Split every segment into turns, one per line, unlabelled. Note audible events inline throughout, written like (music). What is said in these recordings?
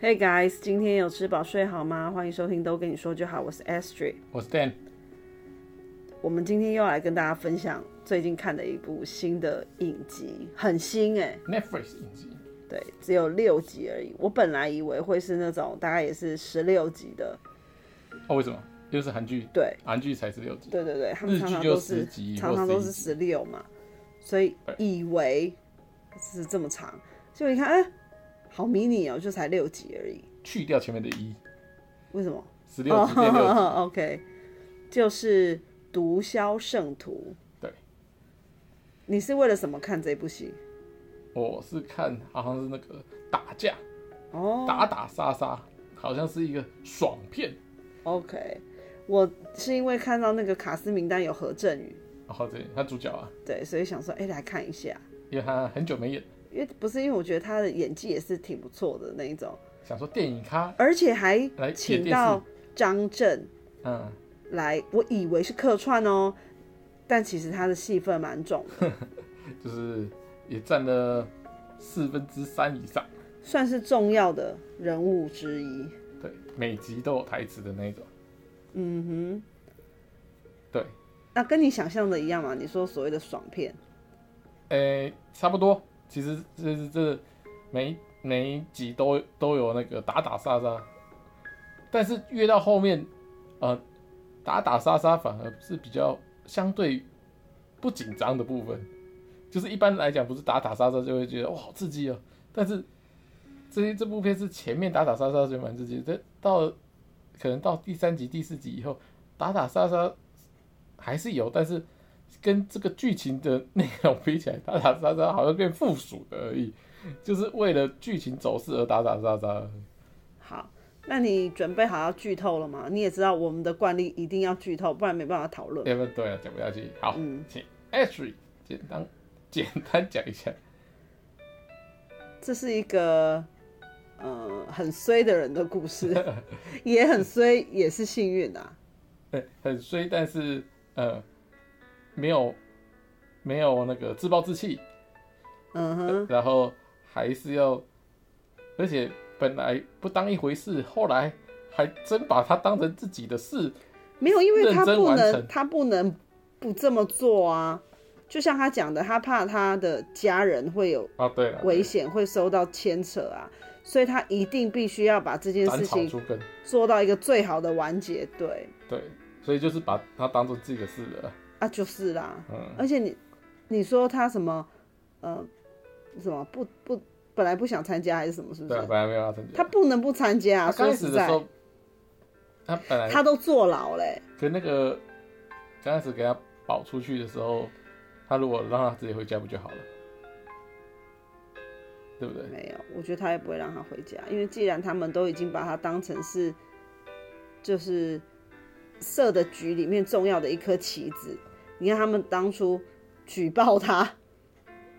Hey guys，今天有吃饱睡好吗？欢迎收听都跟你说就好，我是 Astrid。
我是 Dan，
我们今天又来跟大家分享最近看的一部新的影集，很新哎、
Netflix 影集，
对，只有六集而已。我本来以为会是那种大概也是十六集的，
哦，为什么？又是韩剧，
对
韩剧才十六集，
对对对，他们
日剧
常常
就
都是
10集
常常都是
或
十
11
六嘛，所以
对
以为是这么长，就一看哎、好迷你哦、就才六集而已，
去掉前面的一，
为什么？
十六集变
(laughs)
六集，
哦 OK，就是毒枭圣徒。
对，
你是为了什么看这部戏？
我是看好像是那个打架，
哦、
打打杀杀，好像是一个爽片，
o k 我是因为看到那个卡斯名单有何振宇，
然后这他主角啊，
对，所以想说，哎、来看一下。
因为他很久没演，
因为不是因为我觉得他的演技也是挺不错的那一种，
想说电影咖，
而且还
来演
请
电视
到张震
嗯，
来，我以为是客串哦，但其实他的戏份蛮重的，
就是也占了四分之三以上，
算是重要的人物之一。
对，每集都有台词的那种，
嗯哼。
对，
那跟你想象的一样嘛？你说所谓的爽片，
诶、差不多。其实这是这每一每一集都都有那个打打杀杀，但是越到后面，呃，打打杀杀反而是比较相对不紧张的部分。就是一般来讲，不是打打杀杀就会觉得哇好刺激哦，但是这这部片是前面打打杀杀就蛮刺激，这到可能到第三集、第四集以后，打打杀杀还是有，但是跟这个剧情的内容比起来，打打杀杀好像变附属的而已，就是为了剧情走势而打打杀杀而已。
好，那你准备好要剧透了吗？你也知道我们的惯例一定要剧透，不然没办法讨论。
对不对啊？讲不下去。好，
嗯
请 Ashley 简单 (laughs) 简单讲一下。
这是一个呃很衰的人的故
(laughs)
事，也很衰，也是幸运啊。
对，哎很衰，但是呃，没有没有那个自暴自弃，
嗯哼，
然后还是要，而且本来不当一回事，后来还真把它当成自己的事。
没有，因为他
认真
不
完
能，
成
他不能不这么做啊。就像他讲的，他怕他的家人会有
啊，对了，
危险，会受到牵扯啊，所以他一定必须要把这件
斩
事
草
情
除根，
做到一个最好的完结。对，
对，所以就是把它当做自己的事了。
啊，就是啦。
嗯
而且你你说他什么呃什么不不本来不想参加还是什么，是不
对啊，
是？
本来没有要参加。
他不能不参加、
他
啊。
刚
说
开始
实
的
在
时，候，他本来
他都坐牢嘞、
跟那个刚开始给他保出去的时候，他如果让他自己回家不就好了？对不对？
没有，我觉得他也不会让他回家，因为既然他们都已经把他当成是就是设的局里面重要的一颗棋子，你看他们当初举报他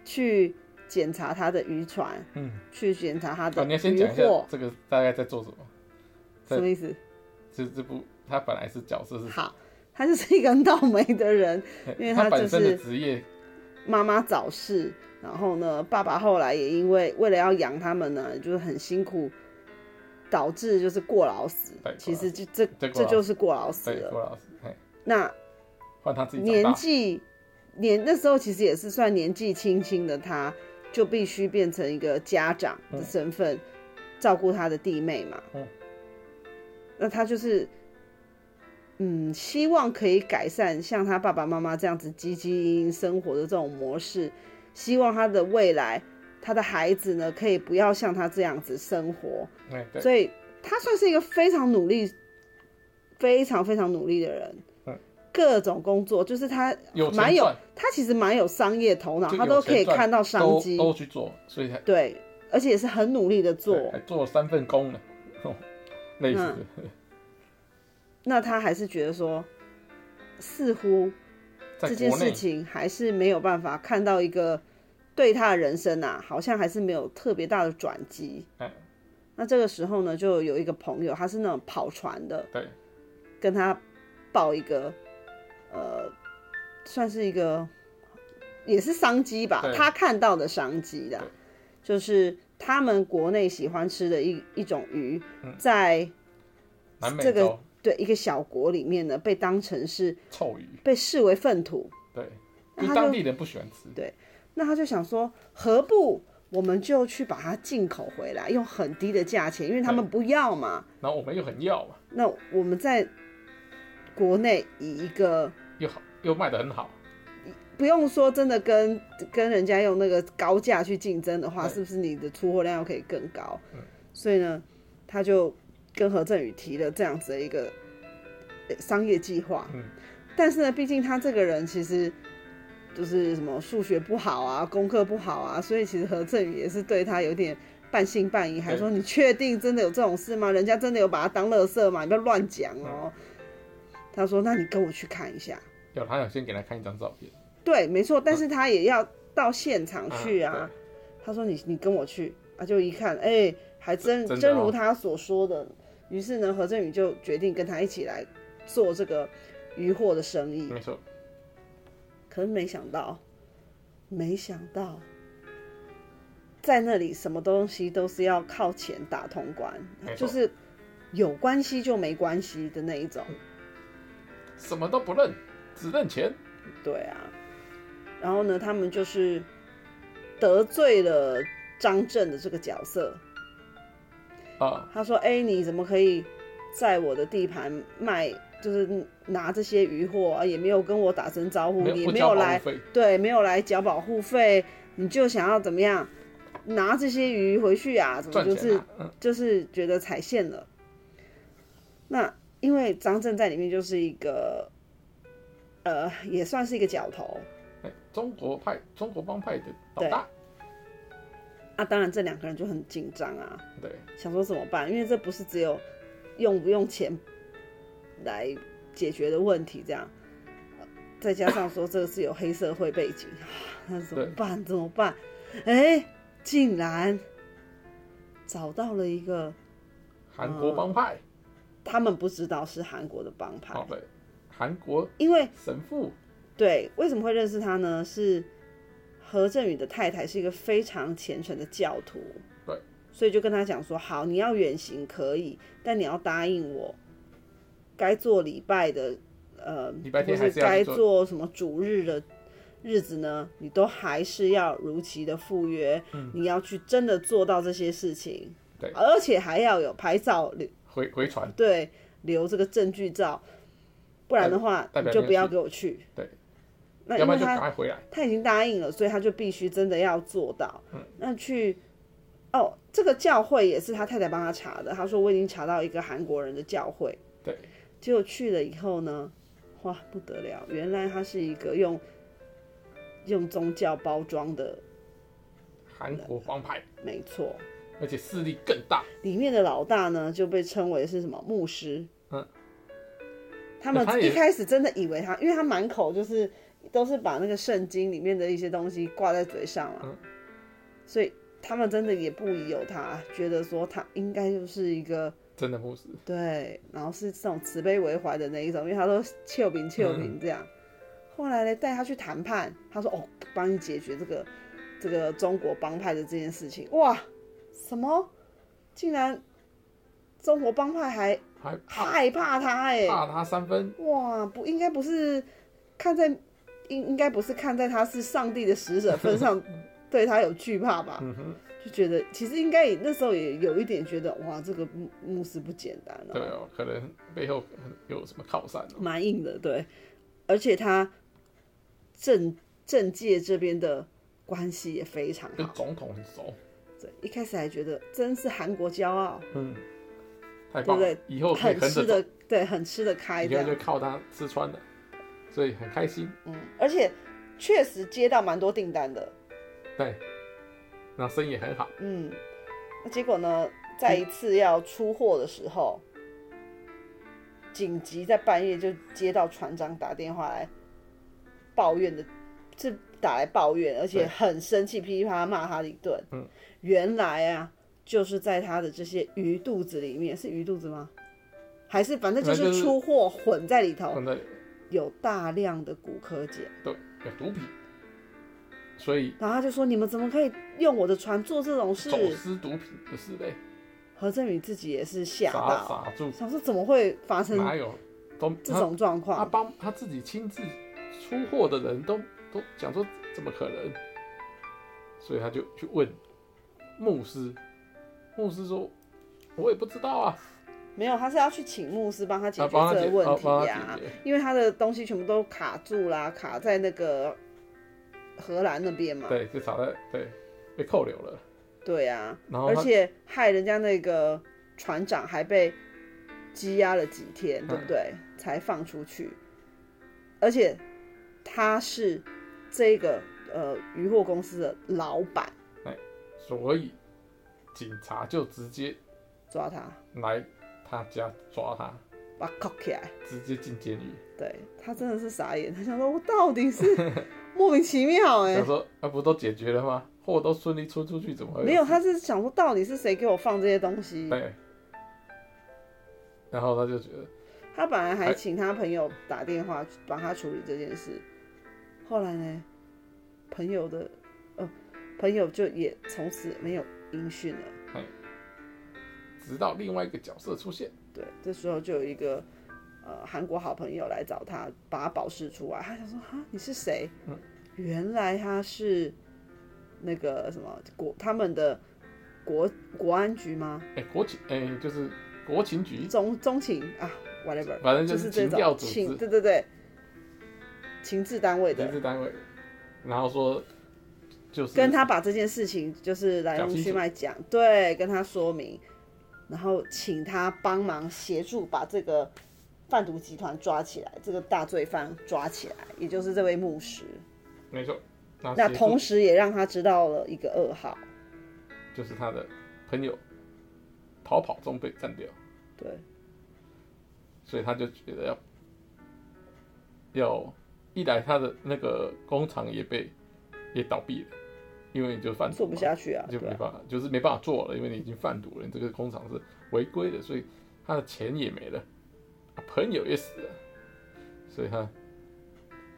去检查他的渔船，
嗯，
去检查他
哦，
的
你要先
渔
讲一下
获，
这个大概在做什么？在
什么意思？
这这部他本来是角色是，
好，他就是一个很倒霉的人， (laughs) 因为他就
他本身的
是
职业，
妈妈早逝，然后呢，爸爸后来也因为为了要养他们呢，就是很辛苦，导致就是过劳死
对过。劳
其实就这
对过
这
劳
就是过劳死
对，
了。
郭老师，嘿，
那
换他自己
年
长大，
纪年那时候其实也是算年纪轻轻的他，就必须变成一个家长的身份，照顾他的弟妹嘛。
嗯
那他就是，嗯，希望可以改善像他爸爸妈妈这样子汲汲营营生活的这种模式，希望他的未来，他的孩子呢可以不要像他这样子生活。
哎，对，
所以他算是一个非常努力、非常非常努力的人。
嗯
各种工作，就是他
有钱
蛮有
赚，
他其实蛮有商业头脑，
就
他
有
都
钱
可以
赚
看到商
都
机，
都去做，所以才
对，而且也是很努力的做
对还。做了三份工呢，哦累死了，
嗯那他还是觉得说，似乎
在
这件
国
事
内
情还是没有办法看到一个对他的人生啊，好像还是没有特别大的转机。
嗯
那这个时候呢，就有一个朋友，他是那种跑船的，
对，
跟他报一个，呃，算是一个也是商机吧
对，
他看到的商机的
对，
就是他们国内喜欢吃的一一种鱼，
嗯
在
南美
这个
洲
对一个小国里面呢，被当成是
臭鱼，
被视为粪土。
对，
那
就
他
当地人不喜欢吃，
那他就想说，何不我们就去把它进口回来，用很低的价钱，因为他们不要嘛。
然后我们又很要嘛，
那我们在国内以一个
又好又卖的很好，
不用说真的跟跟人家用那个高价去竞争的话，
对嗯
是不是你的出货量又可以更高？所以呢，他就跟何振宇提了这样子的一个呃商业计划。
嗯
但是呢，毕竟他这个人其实就是什么数学不好啊，功课不好啊，所以其实何振宇也是对他有点半信半疑，还说你确定真的有这种事吗？人家真的有把他当垃圾吗？你不要乱讲哦。
嗯
他说：“那你跟我去看一下。”
有他想先给他看一张照片，
对，没
嗯
错，但是他也要到现场去啊。
啊
他说你你跟我去啊，就一看，哎、还真
真的
真
哦
如他所说的。于是呢，何振宇就决定跟他一起来做这个渔获的生意
对。没错，
可是没想到，没想到，在那里什么东西都是要靠钱打通关
没，
就
错
是有关系就没关系的那一种。
什么都不认，只认钱，
对啊，然后呢，他们就是得罪了张震的这个角色。
啊，
他说：“哎、你怎么可以在我的地盘卖，就是拿这些鱼货啊？也没有跟我打声招呼，
没
嗯你也
有不
没
交
有
保护
来，
费，
对，没有来缴保护费，你就想要怎么样？拿这些鱼回去啊？怎么
赚
就
钱
是
啊，嗯，
就是觉得踩线了。那因为张震在里面就是一个，呃，也算是一个角头
哎，中国派中国帮派的老大，
啊。当然，这两个人就很紧张啊，
对，
想说怎么办？因为这不是只有用不用钱来解决的问题，这样。呃再加上说这个是有黑社会背景，啊那怎么
对
办？怎么办？哎，竟然找到了一个
韩国帮派，
他们不知道是韩国的帮派
好，对，韩国
因为
神父，
对，为什么会认识他呢？是何振宇的太太是一个非常虔诚的教徒，
对，
所以就跟他讲说，好，你要远行可以，但你要答应我，该做礼拜的，呃，
礼拜天
或
还
是
是要去
该
做
做什么主日的日子呢，你都还是要如期的赴约，你要去真的做到这些事情，
嗯对
而且还要有牌照留
回回传，
对留这个证据照，不然的话
代
你
表
就
没有
不要
去
给我去。
对，
那因
要不
为
然就
他
赶快回来，
他已经答应了，所以他就必须真的要做到。
嗯
那去哦，这个教会也是他太太帮他查的。他说我已经查到一个韩国人的教会，
对，
结果去了以后呢，哇不得了，原来他是一个用用宗教包装的，
韩国帮派，
没错。
而且势力更大，
里面的老大呢就被称为是什么牧师。
嗯，
他们
那他也
一开始真的以为他，因为他满口就是都是把那个圣经里面的一些东西挂在嘴上啊，
嗯
所以他们真的也不疑有他，觉得说他应该就是一个
真的牧师，
对，然后是这种慈悲为怀的那一种，因为他都丘饼丘饼
嗯
这样。后来呢，带他去谈判，他说：“哦，帮你解决这个这个中国帮派的这件事情。”哇，什么？竟然中国帮派还
还怕
害怕他哎、
怕他三分，
哇，不应该不是看在应应该不是看在他是上帝的使者份
(laughs)
上对他有惧怕吧？
嗯哼，
就觉得其实应该也那时候也有一点觉得哇，这个牧牧师不简单、哦。
对哦，可能背后可能有什么靠山哦，
蛮硬的，对，而且他政政界这边的关系也非常
跟
好，
总统很熟，
对，一开始还觉得真是韩国骄傲，
嗯，太棒了
对不，
以后可以
哦很
跟着
吃
走，
得对，很吃得开
以
这
后
样
就，靠他吃穿了，所以很开心，
嗯，而且确实接到蛮多订单的，
对，然后生意也很好，
嗯，那结果呢，在一次要出货的时候，紧急在半夜就接到船长打电话来抱怨的，是打来抱怨，而且
对
很生气，噼里啪啦骂他一顿。
嗯，
原来啊，就是在他的这些鱼肚子里面，是鱼肚子吗？还是反正就
反正
是
就是嗯
出货混在里头，
放在
有大量的骨科碱。
对有毒品，所以
然后他就说：“你们怎么可以用我的船做这种事
走私毒品的事呗，？”
何振宇自己也是吓
傻
到，
傻住，
想说怎么会发生
哪啊有都
这
他
种状
他
况？
帮他自己亲自出货的人都都讲说怎么可能，所以他就去问牧师，牧师说，我也不知道啊，
没有，他是要去请牧师帮他解
他
决
帮他
这
解
个问
哦
题啊
帮
呀、
他解决，
因为他的东西全部都卡住啦，卡在那个荷兰那边嘛。
对，就查在对被扣留了，
对啊，
然后
而
他
且害人家那个船长还被羁押了几
嗯
天，对不对？才放出去，而且他是这个呃渔货公司的老板
所以警察就直接
抓他，
来他家抓他，
把他铐起来。
直接进监狱。
对他真的是傻眼，他想说我到底
(laughs)
是莫名其妙哎、
想说，那、不都解决了吗？货都顺利出出去，怎么会
没有，？他是想说到底是谁给我放这些东西？
对。然后他就觉得，
他本来还
还
请他朋友打电话帮他处理这件事，后来呢，朋友的呃朋友就也从此没有音讯了。
直到另外一个角色出现，
对，这时候就有一个呃韩国好朋友来找他，把他保释出来。他想说哈你是谁？
嗯
原来他是那个什么国他们的国国安局吗？
哎、国情，哎、就是国情局，
中中情啊，whatever，
反正
就
就是
这
情调
种
组
情，
织，
对对对，情治单位的
情。治单位。然后说，就是
跟他把这件事情就是来龙去脉讲，对，跟他说明，然后请他帮忙协助把这个贩毒集团抓起来，这个大罪犯抓起来，也就是这位牧师。
没错，那
那
啊协助
同时也让他知道了一个噩耗，
就是他的朋友逃跑中被占掉，
对，
所以他就觉得要要一来他的那个工厂也被也倒闭了，因为你就贩毒
做
嘛
不下去啊，
就
对
没
啊，
办法，就是没办法做了，因为你已经贩毒了，你这个工厂是违规的，所以他的钱也没了，啊朋友也死了，所以他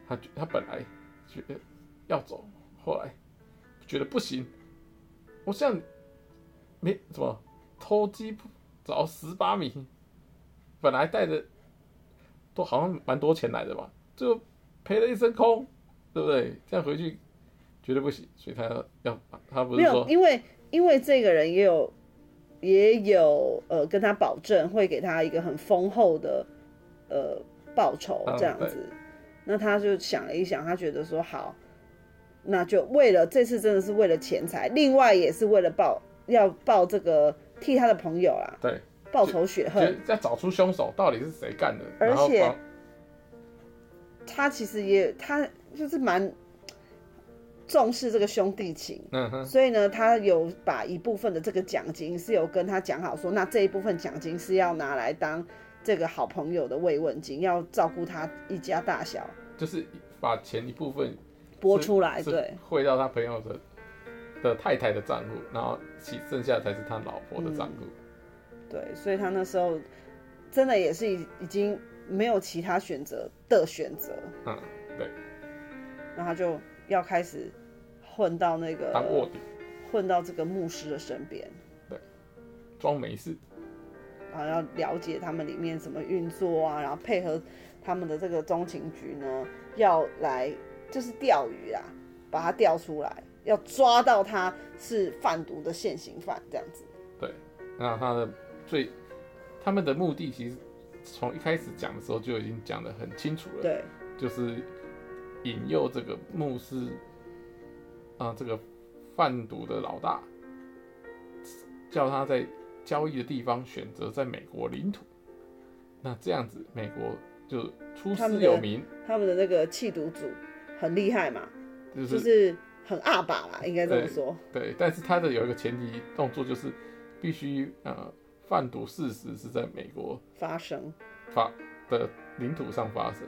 他觉他本来觉得要走，后来觉得不行，我像没什么偷鸡不着蚀把米， (laughs) 本来带着都好像蛮多钱来的吧，就赔了一身空，对不对？这样回去绝对不行，所以他要要他不
没
是
有，
说
因为因为这个人也有也有呃跟他保证会给他一个很丰厚的呃报酬
嗯
这样子，那他就想了一想，他觉得说好，那就为了这次真的是为了钱财，另外也是为了报要报这个替他的朋友啦
对。
报仇雪
觉得
恨，
要找出凶手到底是谁干的，
嗯而
然后
且
帮
他其实也他就是蛮重视这个兄弟情。
嗯哼，
所以呢，他有把一部分的这个奖金是有跟他讲好说，那这一部分奖金是要拿来当这个好朋友的慰问金，要照顾他一家大小
就是把钱一部分
拨出来。
是
哎对，
汇到他朋友的的太太的账户，然后其剩下才是他老婆的账户。
对，所以他那时候真的也是已已经没有其他选择的选择，
嗯，对，
那他就要开始混到那
当卧
个
底
混到这个牧师的身边，
装没事，
然后要了解他们里面怎么运作啊，然后配合他们的这个中情局呢，要来就是钓鱼啦，把他钓出来，要抓到他是贩毒的现行犯这样子。
那他的最他们的目的其实从一开始讲的时候就已经讲得很清楚了，
对，
就是引诱这个牧师啊，这个贩毒的老大，叫他在交易的地方选择在美国领土，那这样子美国就出
他们
师
的
有名，
他们的那个弃毒组很厉害嘛，
就是、
就是很阿爸啦，应该这么说。
对，但是他的有一个前提动作就是必须呃贩毒事实是在美国
发生
发的领土上发生，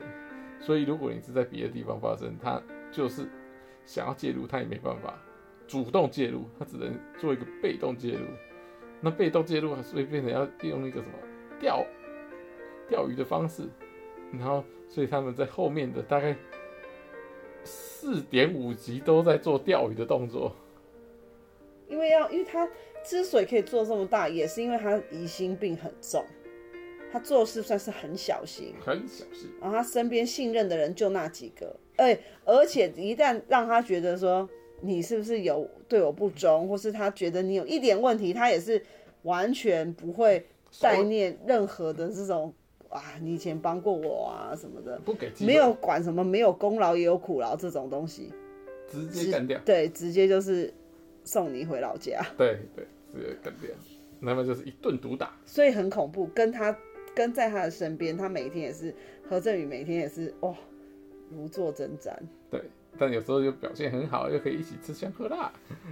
所以如果你是在别的地方发生，他就是想要介入，他也没办法主动介入，他只能做一个被动介入。那被动介入，所以变成要利用一个什么钓钓鱼的方式，然后所以他们在后面的大概四四点五集都在做钓鱼的动作。
因为要，因为他之所以可以做这么大，也是因为他疑心病很重，他做事算是很小心，
很小心。
然后他身边信任的人就那几个，哎、而且一旦让他觉得说你是不是有对我不忠，或是他觉得你有一点问题，他也是完全不会概念任何的这种啊，你以前帮过我啊什么的，
不给机会，
没有管什么没有功劳也有苦劳这种东西，
直接干掉，
对，直接就是送你回老家。 (laughs)
对对，直接干掉，那么就是一顿毒打，
所以很恐怖。跟他跟在他的身边，他每天也是何振宇，每天也是哦，如坐针毡。
对。但有时候就表现很好，又可以一起吃香喝辣， (laughs)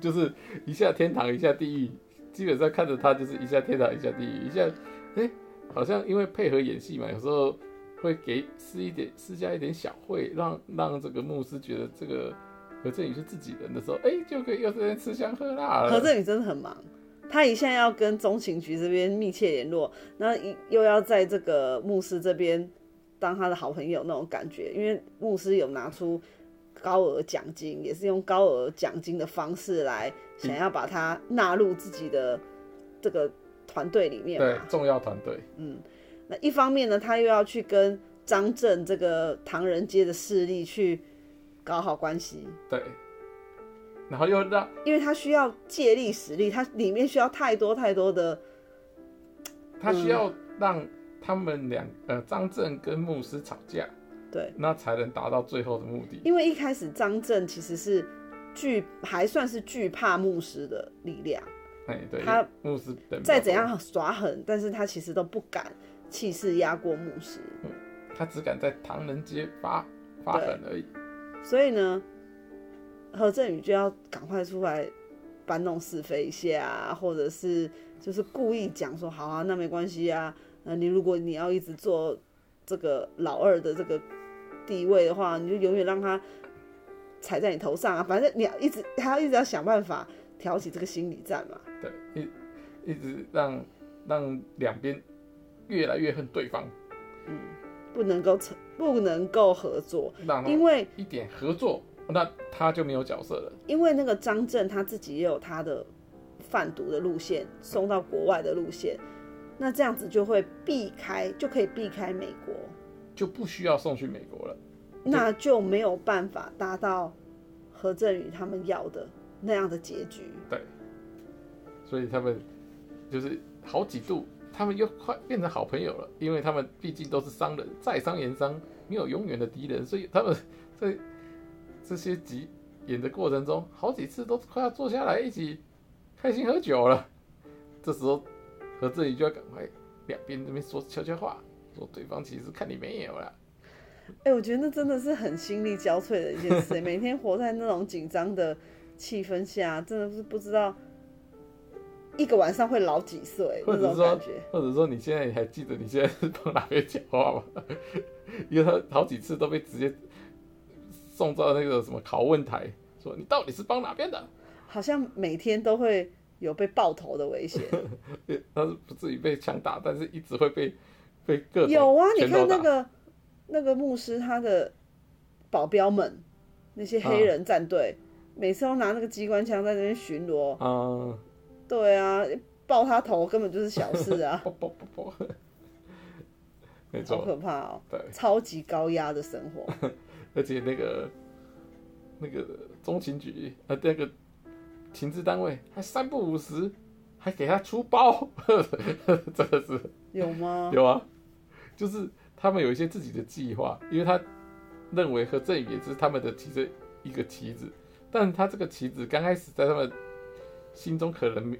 就是一下天堂一下地狱，基本上看着他就是一下天堂一下地狱，一下，哎、好像因为配合演戏嘛，有时候会给施一点施加一点小惠，让让这个牧师觉得这个何振宇是自己人的时候，哎、就可以又在那边吃香喝辣了。
何振宇真的很忙，他一下要跟中情局这边密切联络，然后一又要在这个牧师这边当他的好朋友那种感觉，因为牧师有拿出高额奖金，也是用高额奖金的方式来想要把他纳入自己的这个团队里面嘛。
对，重要团队，
那一方面呢，他又要去跟张震这个唐人街的势力去搞好关系，
对，然后又 (laughs) 让
因为他需要借力使力，他里面需要太多太多的
他需要让他们两呃张震跟牧师吵架，
对，
那才能达到最后的目的。
因为一开始张震其实是惧还算是惧怕牧师的力量，
哎，对，
他
牧师等
再怎，样耍狠，但是他其实都不敢气势压过牧师，
他只敢在唐人街发发狠而已。
所以呢，何振宇就要赶快出来搬弄是非一下、啊，或者是就是故意讲说，好啊，那没关系啊，呃，你如果你要一直做这个老二的这个地位的话，你就永远让他踩在你头上啊，反正你要一直他要一直要想办法挑起这个心理战嘛。
对，一一直让让两边越来越恨对方，
不能够成，不能够合作，
让他
因为
一点合作，那他就没有角色了。
因为那个张震他自己也有他的贩毒的路线，送到国外的路线，那这样子就会避开，就可以避开美国，
就不需要送去美国了。
那就没有办法达到何振宇他们要的那样的结局。
对，所以他们就是好几度，他们又快变成好朋友了，因为他们毕竟都是商人，在商言商，没有永远的敌人，所以他们在这些集演的过程中，好几次都快要坐下来一起开心喝酒了。这时候何振宇就要赶快两边这边说悄悄话，说对方其实看你没有了。
哎、我觉得那真的是很心力交瘁的一件 (laughs) 事，欸每天活在那种紧张的气氛下，真的是不知道一个晚上会老几岁
或
那
者
种
说
感觉。，
或者说你现在还记得你现在是帮哪边讲话吗？ (laughs) 因为他好几次都被直接送到那个什么拷问台，说你到底是帮哪边的？
好像每天都会有被爆头的危险。
他是不至于被枪打，但是一直会被被各种
有啊，你
拳
看
头
那
打
个那个牧师他的保镖们，那些黑
嗯
人战队，每次都拿那个机关枪在那边巡逻。
嗯，
对啊，爆他头根本就是小事啊，
啵啵啵啵， (laughs) 没
好
错，
可怕哦！
对，
超级高压的生活，
而且那个那个中情局呃那个情治单位还三不五时还给他出包， (laughs) 真的是。
有吗？
有啊，就是他们有一些自己的计划，因为他认为何振宇也是他们的其中一个棋子，但他这个棋子刚开始在他们心中可能没，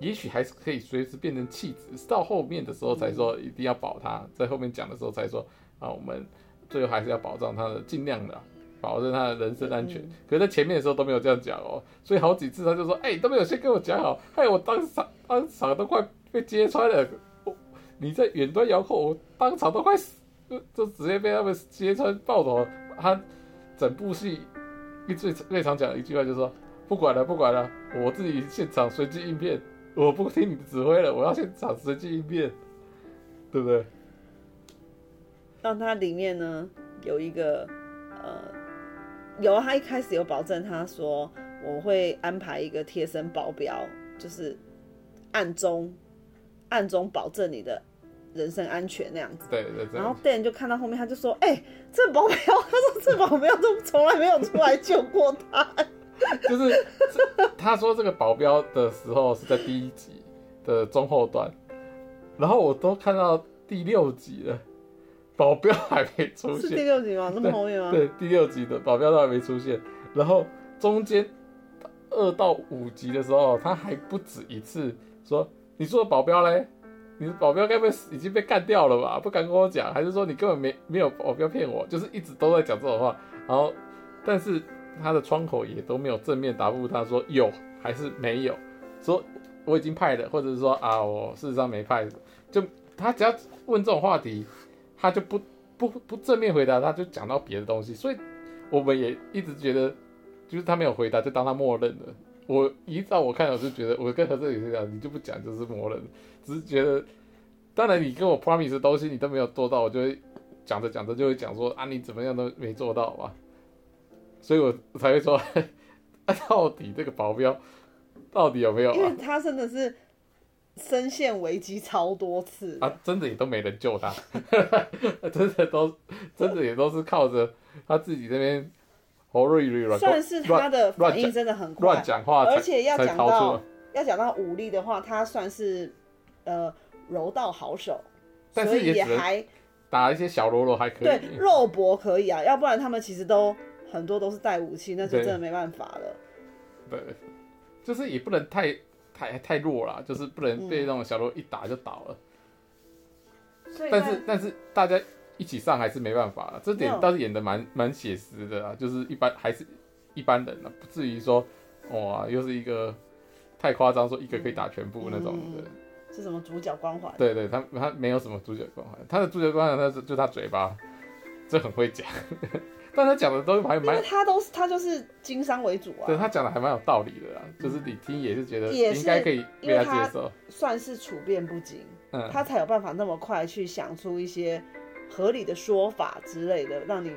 也许还是可以随时变成弃子，是到后面的时候才说一定要保他，在后面讲的时候才说啊，我们最后还是要保障他的，尽量的。保证他的人身安全，
嗯
可是在前面的时候都没有这样讲哦，所以好几次他就说：“哎、都没有先跟我讲好，害我当场当场都快被揭穿了，你在远端遥控，我当场都快死，就就直接被他们揭穿爆头。他整部戏一最最常讲的一句话就是说，不管了，不管了，我自己现场随机应变，我不听你的指挥了，我要现场随机应变，对不对？
让它里面呢有一个呃有啊，他一开始有保证，他说我会安排一个贴身保镖，就是暗中暗中保证你的人身安全那样子。
对对对
然，后 Dan 就看到后面，他就说：“哎、这保镖， (laughs) 他说这保镖都从来没有出来救过他。
(laughs) 就是这他说这个保镖的时候是在第一集的中后段，然后我都看到第六集了，保镖还没”出
是第
现，
六集吗？这么后面吗？
对，第六集的保镖都还没出现，然后中间二到五集的时候，他还不止一次说：“你说的保镖嘞？你的保镖该不会已经被干掉了吧？不敢跟我讲，还是说你根本没没有哦保镖骗我？就是一直都在讲这种话。”然后，但是他的窗口也都没有正面答复他说有还是没有，说我已经派了，或者是说啊我事实上没派，就他只要问这种话题，他就不不不正面回答，他就讲到别的东西，所以我们也一直觉得，就是他没有回答，就当他默认了。我依照我看，我是觉得我跟何正宇是讲，你就不讲就是默认，只是觉得，当然你跟我 promise 的东西你都没有做到，我就会讲着讲着就会讲说啊你怎么样都没做到吧，所以我才会说， (laughs) 啊到底这个保镖到底有没有
因为
啊？
他真的是深陷危机超多次。
啊，真的也都没人救他， (laughs) 真的都真的也都是靠着他自己这边侯瑞瑞软
算是他的
乱
反应真的很快
乱，讲话才，
而且要
才
讲
逃出
到
来。
要讲到武力的话，他算是呃柔道好手，
但
所
是
以
也
也
只能
还
打一些小喽啰还可
对
以，
肉搏可以啊，要不然他们其实都很多都是带武器，那就
对
真的没办法了。
对，就是也不能太太太弱啦，就是不
嗯
能被那种小喽啰一打就倒了。
所以
但是但是大家一起上还是没办法了，这
没
点
有
倒是演的蛮蛮写实的啊，就是一般还是一般人啊，不至于说哇又是一个太夸张，说一个可以打全部那种
嗯
的。
那是什么主角光环？
对对，他他没有什么主角光环，他的主角光环他是就他嘴巴，这很会讲， (laughs) 但他讲的都还
因
蛮
为，他都是他就是经商为主
对
啊，
他讲的还蛮有道理的啦，就是你听也是觉得
也是
应该可以被
因为他
接受，
算是处变不惊，
嗯，
他才有办法那么快去想出一些合理的说法之类的，让你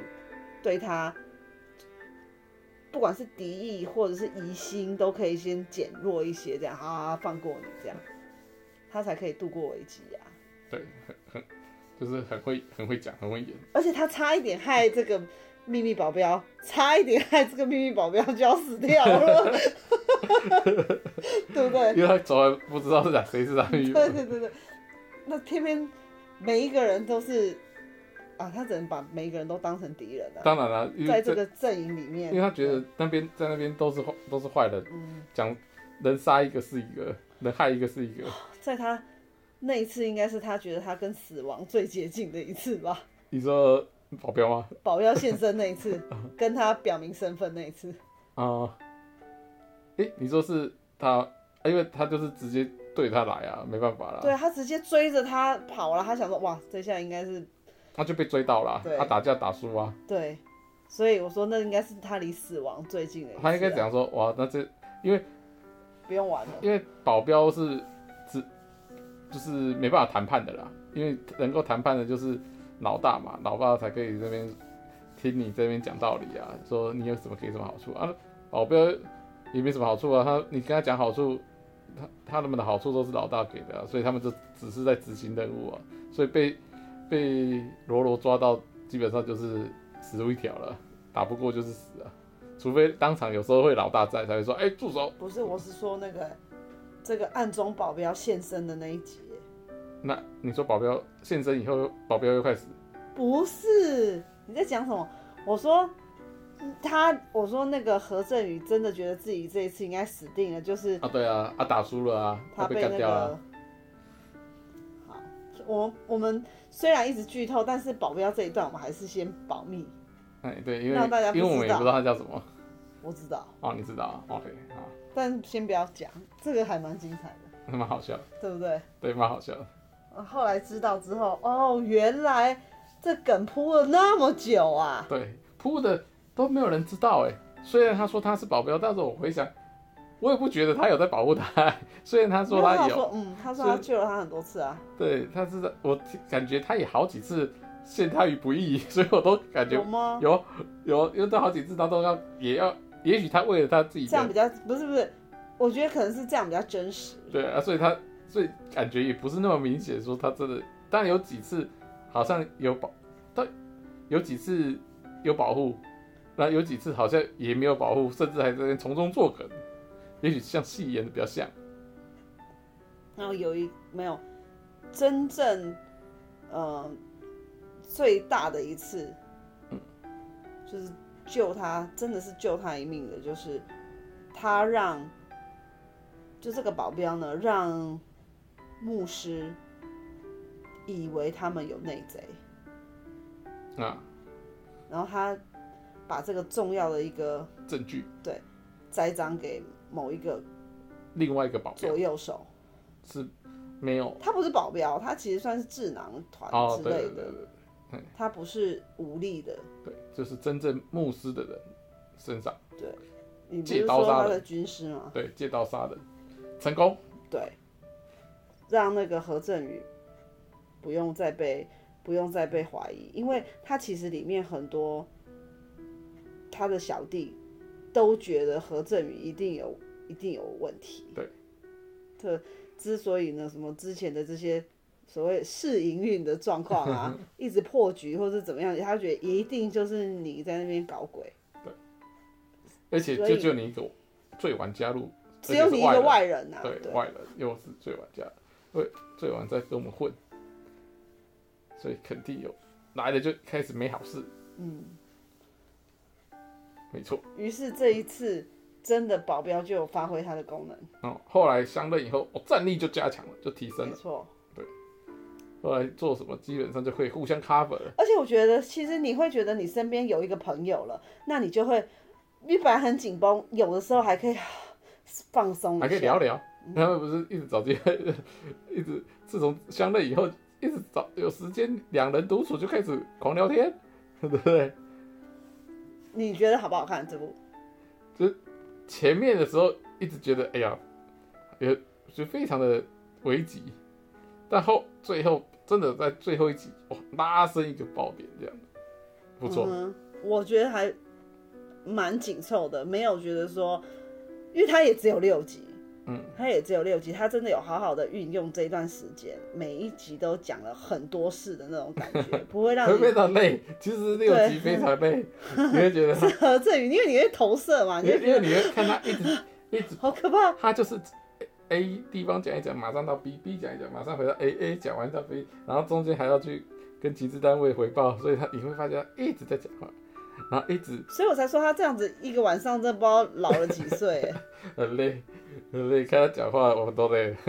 对他不管是敌意或者是疑心，都可以先减弱一些，这样啊放过你这样，他才可以度过危机啊。
对，很很就是很会很会讲，很会演，
而且他差一点害这个秘密保镖，差一点害这个秘密保镖就要死掉
(laughs)
了，对不对？
因为他从来不知道是哪谁是他的女
对对对对，那偏偏每一个人都是啊，他只能把每一个人都当成敌人了、
当然啦、因
在
为
这个阵营里面，
因为他觉得那边在那边都是坏都是坏人，
嗯，
讲能杀一个是一个，能害一个是一个，
在他那一次应该是他觉得他跟死亡最接近的一次吧，
你说保镖吗？
保镖现身那一次，
(laughs)
跟他表明身份那一次，
啊、诶，你说是他，啊因为他就是直接对他来啊，没办法啦，
对他直接追着他跑了，他想说哇，这下应该是
他就被追到啦，
对
他打架打输啊，
对，所以我说那应该是他离死亡最近的一次啊、
他应该讲说，哇，那这因为
不用玩了，
因为保镖是只就是没办法谈判的啦，因为能够谈判的就是老大嘛，老大才可以这边听你这边讲道理啊，说你有什么给什么好处啊，保镖也没什么好处啊，他你跟他讲好处，他他们的好处都是老大给的啊、所以他们就只是在执行任务啊，所以被被罗罗抓到，基本上就是死路一条了，打不过就是死啊。除非当场有时候会老大在才会说，哎、住手！
不是，我是说那个这个暗中保镖现身的那一集。
那你说保镖现身以后，保镖又开始
不是，你在讲什么？我说嗯他，我说那个何振宇真的觉得自己这一次应该死定了，就是
啊，对啊，啊打输了啊，
他
啊
被
被
那
干
个
掉了啊、
好，我我们虽然一直剧透，但是保镖这一段我们还是先保密。
哎，对，因为
让大家不
因为我们
知
也
道
不知道他叫什么
我知道，
哦，你知道啊？OK，啊，
但先不要讲，这个还蛮精彩的，
那蛮好笑的，
对不对？
对，蛮好笑的。
啊后来知道之后，哦，原来这梗铺了那么久啊！
对，铺的都没有人知道哎。虽然他说他是保镖，但是我回想，我也不觉得他有在保护他。 (laughs) 虽然他说
没
他
有
有，
说，嗯，他说他
是
救了他很多次啊，
对，他是在我感觉他也好几次陷他于不义， (laughs) 所以我都感觉
有吗？
有有有这好几次，他都要也要，也许他为了他自己
这样比
的
较不是不是，我觉得可能是这样比较真实。
对啊，所以他所以感觉也不是那么明显，说他真的，但有几次好像有保，但有几次有保护，那有几次好像也没有保护，甚至还在那边从中作梗，也许像戏演的比较像，
然后有一没有真正呃最大的一次，就是救他，真的是救他一命的，就是他让就这个保镖呢，让牧师以为他们有内贼，
啊，
然后他把这个重要的一个
证据，
栽赃给某一个
另外一个保镖
左右手，
是没有
他不是保镖，他其实算是智囊团
哦，
之
对
类
对
的
对，对
他不是武力的。
对，就是真正牧师的人身上，
你不
借
是
刀
说
杀
他
人
的军师吗？
对，借刀杀人成功，
对，让那个何振宇不用再被不用再被怀疑，因为他其实里面很多他的小弟都觉得何振宇一定有一定有问题。
对，
这之所以呢，什么之前的这些。所谓试营运的状况
(laughs)
啊，一直破局或者怎么样，他觉得一定就是你在那边搞鬼，
而且
所
就
以
只有你一个最晚加入，
只有你一个
人。
外人呐、啊
对
对，
外人又是最晚加，会最晚在跟我们混，所以肯定有来了就开始没好事，
嗯。
没错。
于是这一次真的保镖就有发挥它的功能，
哦，后来相认以后，哦，战力就加强了，就提升
没
了。
错。
后来做什么基本上就可以互相 cover 了。
而且我觉得，其实你会觉得你身边有一个朋友了，那你就会，你本来很紧绷，有的时候还可以放松一下，
还可以聊聊。
嗯
他们不是一直找机会， (laughs) 一直自从相认以后，一直找有时间两人独处就开始狂聊天， (laughs) 对不对？
你觉得好不好看这部？
前面的时候一直觉得，哎呀，有就非常的危急，但后最后真的在最后一集，哇，拉伸一个爆点，这样不错。
嗯哼我觉得还蛮紧凑的，没有觉得说，因为它也只有六集，
嗯，
它也只有六集，它真的有好好的运用这一段时间，每一集都讲了很多事的那种感
(laughs)
觉，不会让
会
你
非常累，其实六
对
集非常累，你会
(laughs)
觉得他，
何振宇，因为你会投射嘛，
因
你会
为
觉
因为
得
你会看他一直一直，
好可怕。
他就是 A A 地方讲一讲，马上到 B，B 讲一讲，马上回到 A，A 讲完到 B，然后中间还要去跟集资单位汇报，所以他你会发现他一直在讲话，然后一直
所以我才说他这样子一个晚上，真的不知道老了几岁
(laughs)
欸。
很累，很累，看他讲话我们都累。
啊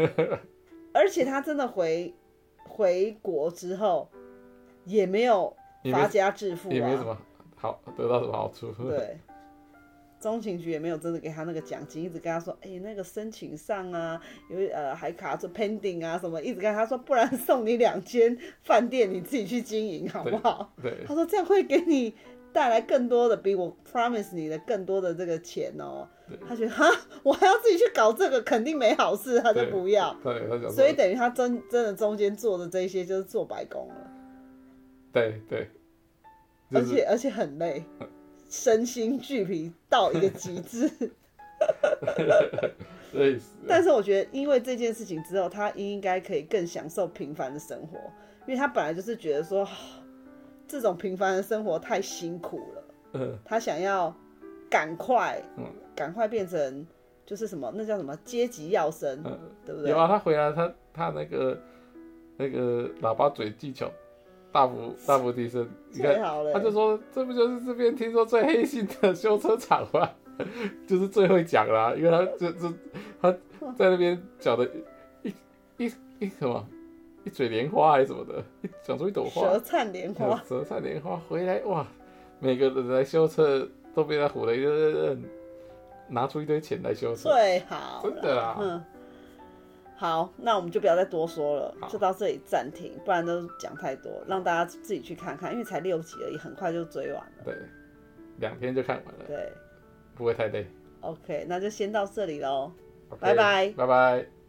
而且他真的回回国之后，也没有
也
发
没
家致富
也没什
啊，
么好得到什么好处。
对。中情局也没有真的给他那个奖金，一直跟他说，哎、那个申请上啊，因为呃还卡着 pending 啊什么，一直跟他说，不然送你两间饭店，你自己去经营好不好？
对
他说这样会给你带来更多的，比我 promise 你的更多的这个钱哦、
对
他觉得哈，我还要自己去搞这个，肯定没好事，他就
对
不要。
对，他讲
所以
说
等于他真真的中间做的这些就是做白工了，
对对，就
而
是
且而且很累，身心俱疲到一个极致。
累死了。
但是我觉得，因为这件事情之后，他应该可以更享受平凡的生活，因为他本来就是觉得说，啊这种平凡的生活太辛苦了。
嗯
他想要赶快
嗯，
赶快变成就是什么，那叫什么阶级要生，
嗯，
对不对
有？啊，他回来他他那个那个喇叭嘴技巧大幅大幅提升，你
最
看。
好了
他就
欸，
说：“这不就是这边听说最黑心的修车厂吗？ (laughs) 就是最会讲啦，因为他这这他在那边讲的一一一一什么一嘴莲花还是什么的，一讲出一朵花，嗯
舌灿莲
有
花，
折扇莲花回来哇，每个人来修车都被他唬得一愣，拿出一堆钱来修车，
最好
真的啊
了，
啦
嗯。好，那我们就不要再多说了
好，
就到这里暂停，不然都讲太多，让大家自己去看看，因为才六集而已，很快就追完了。
对，两天就看完了，
对
不会太累。
，OK，那就先到这里喽。
OK，
拜拜
拜拜。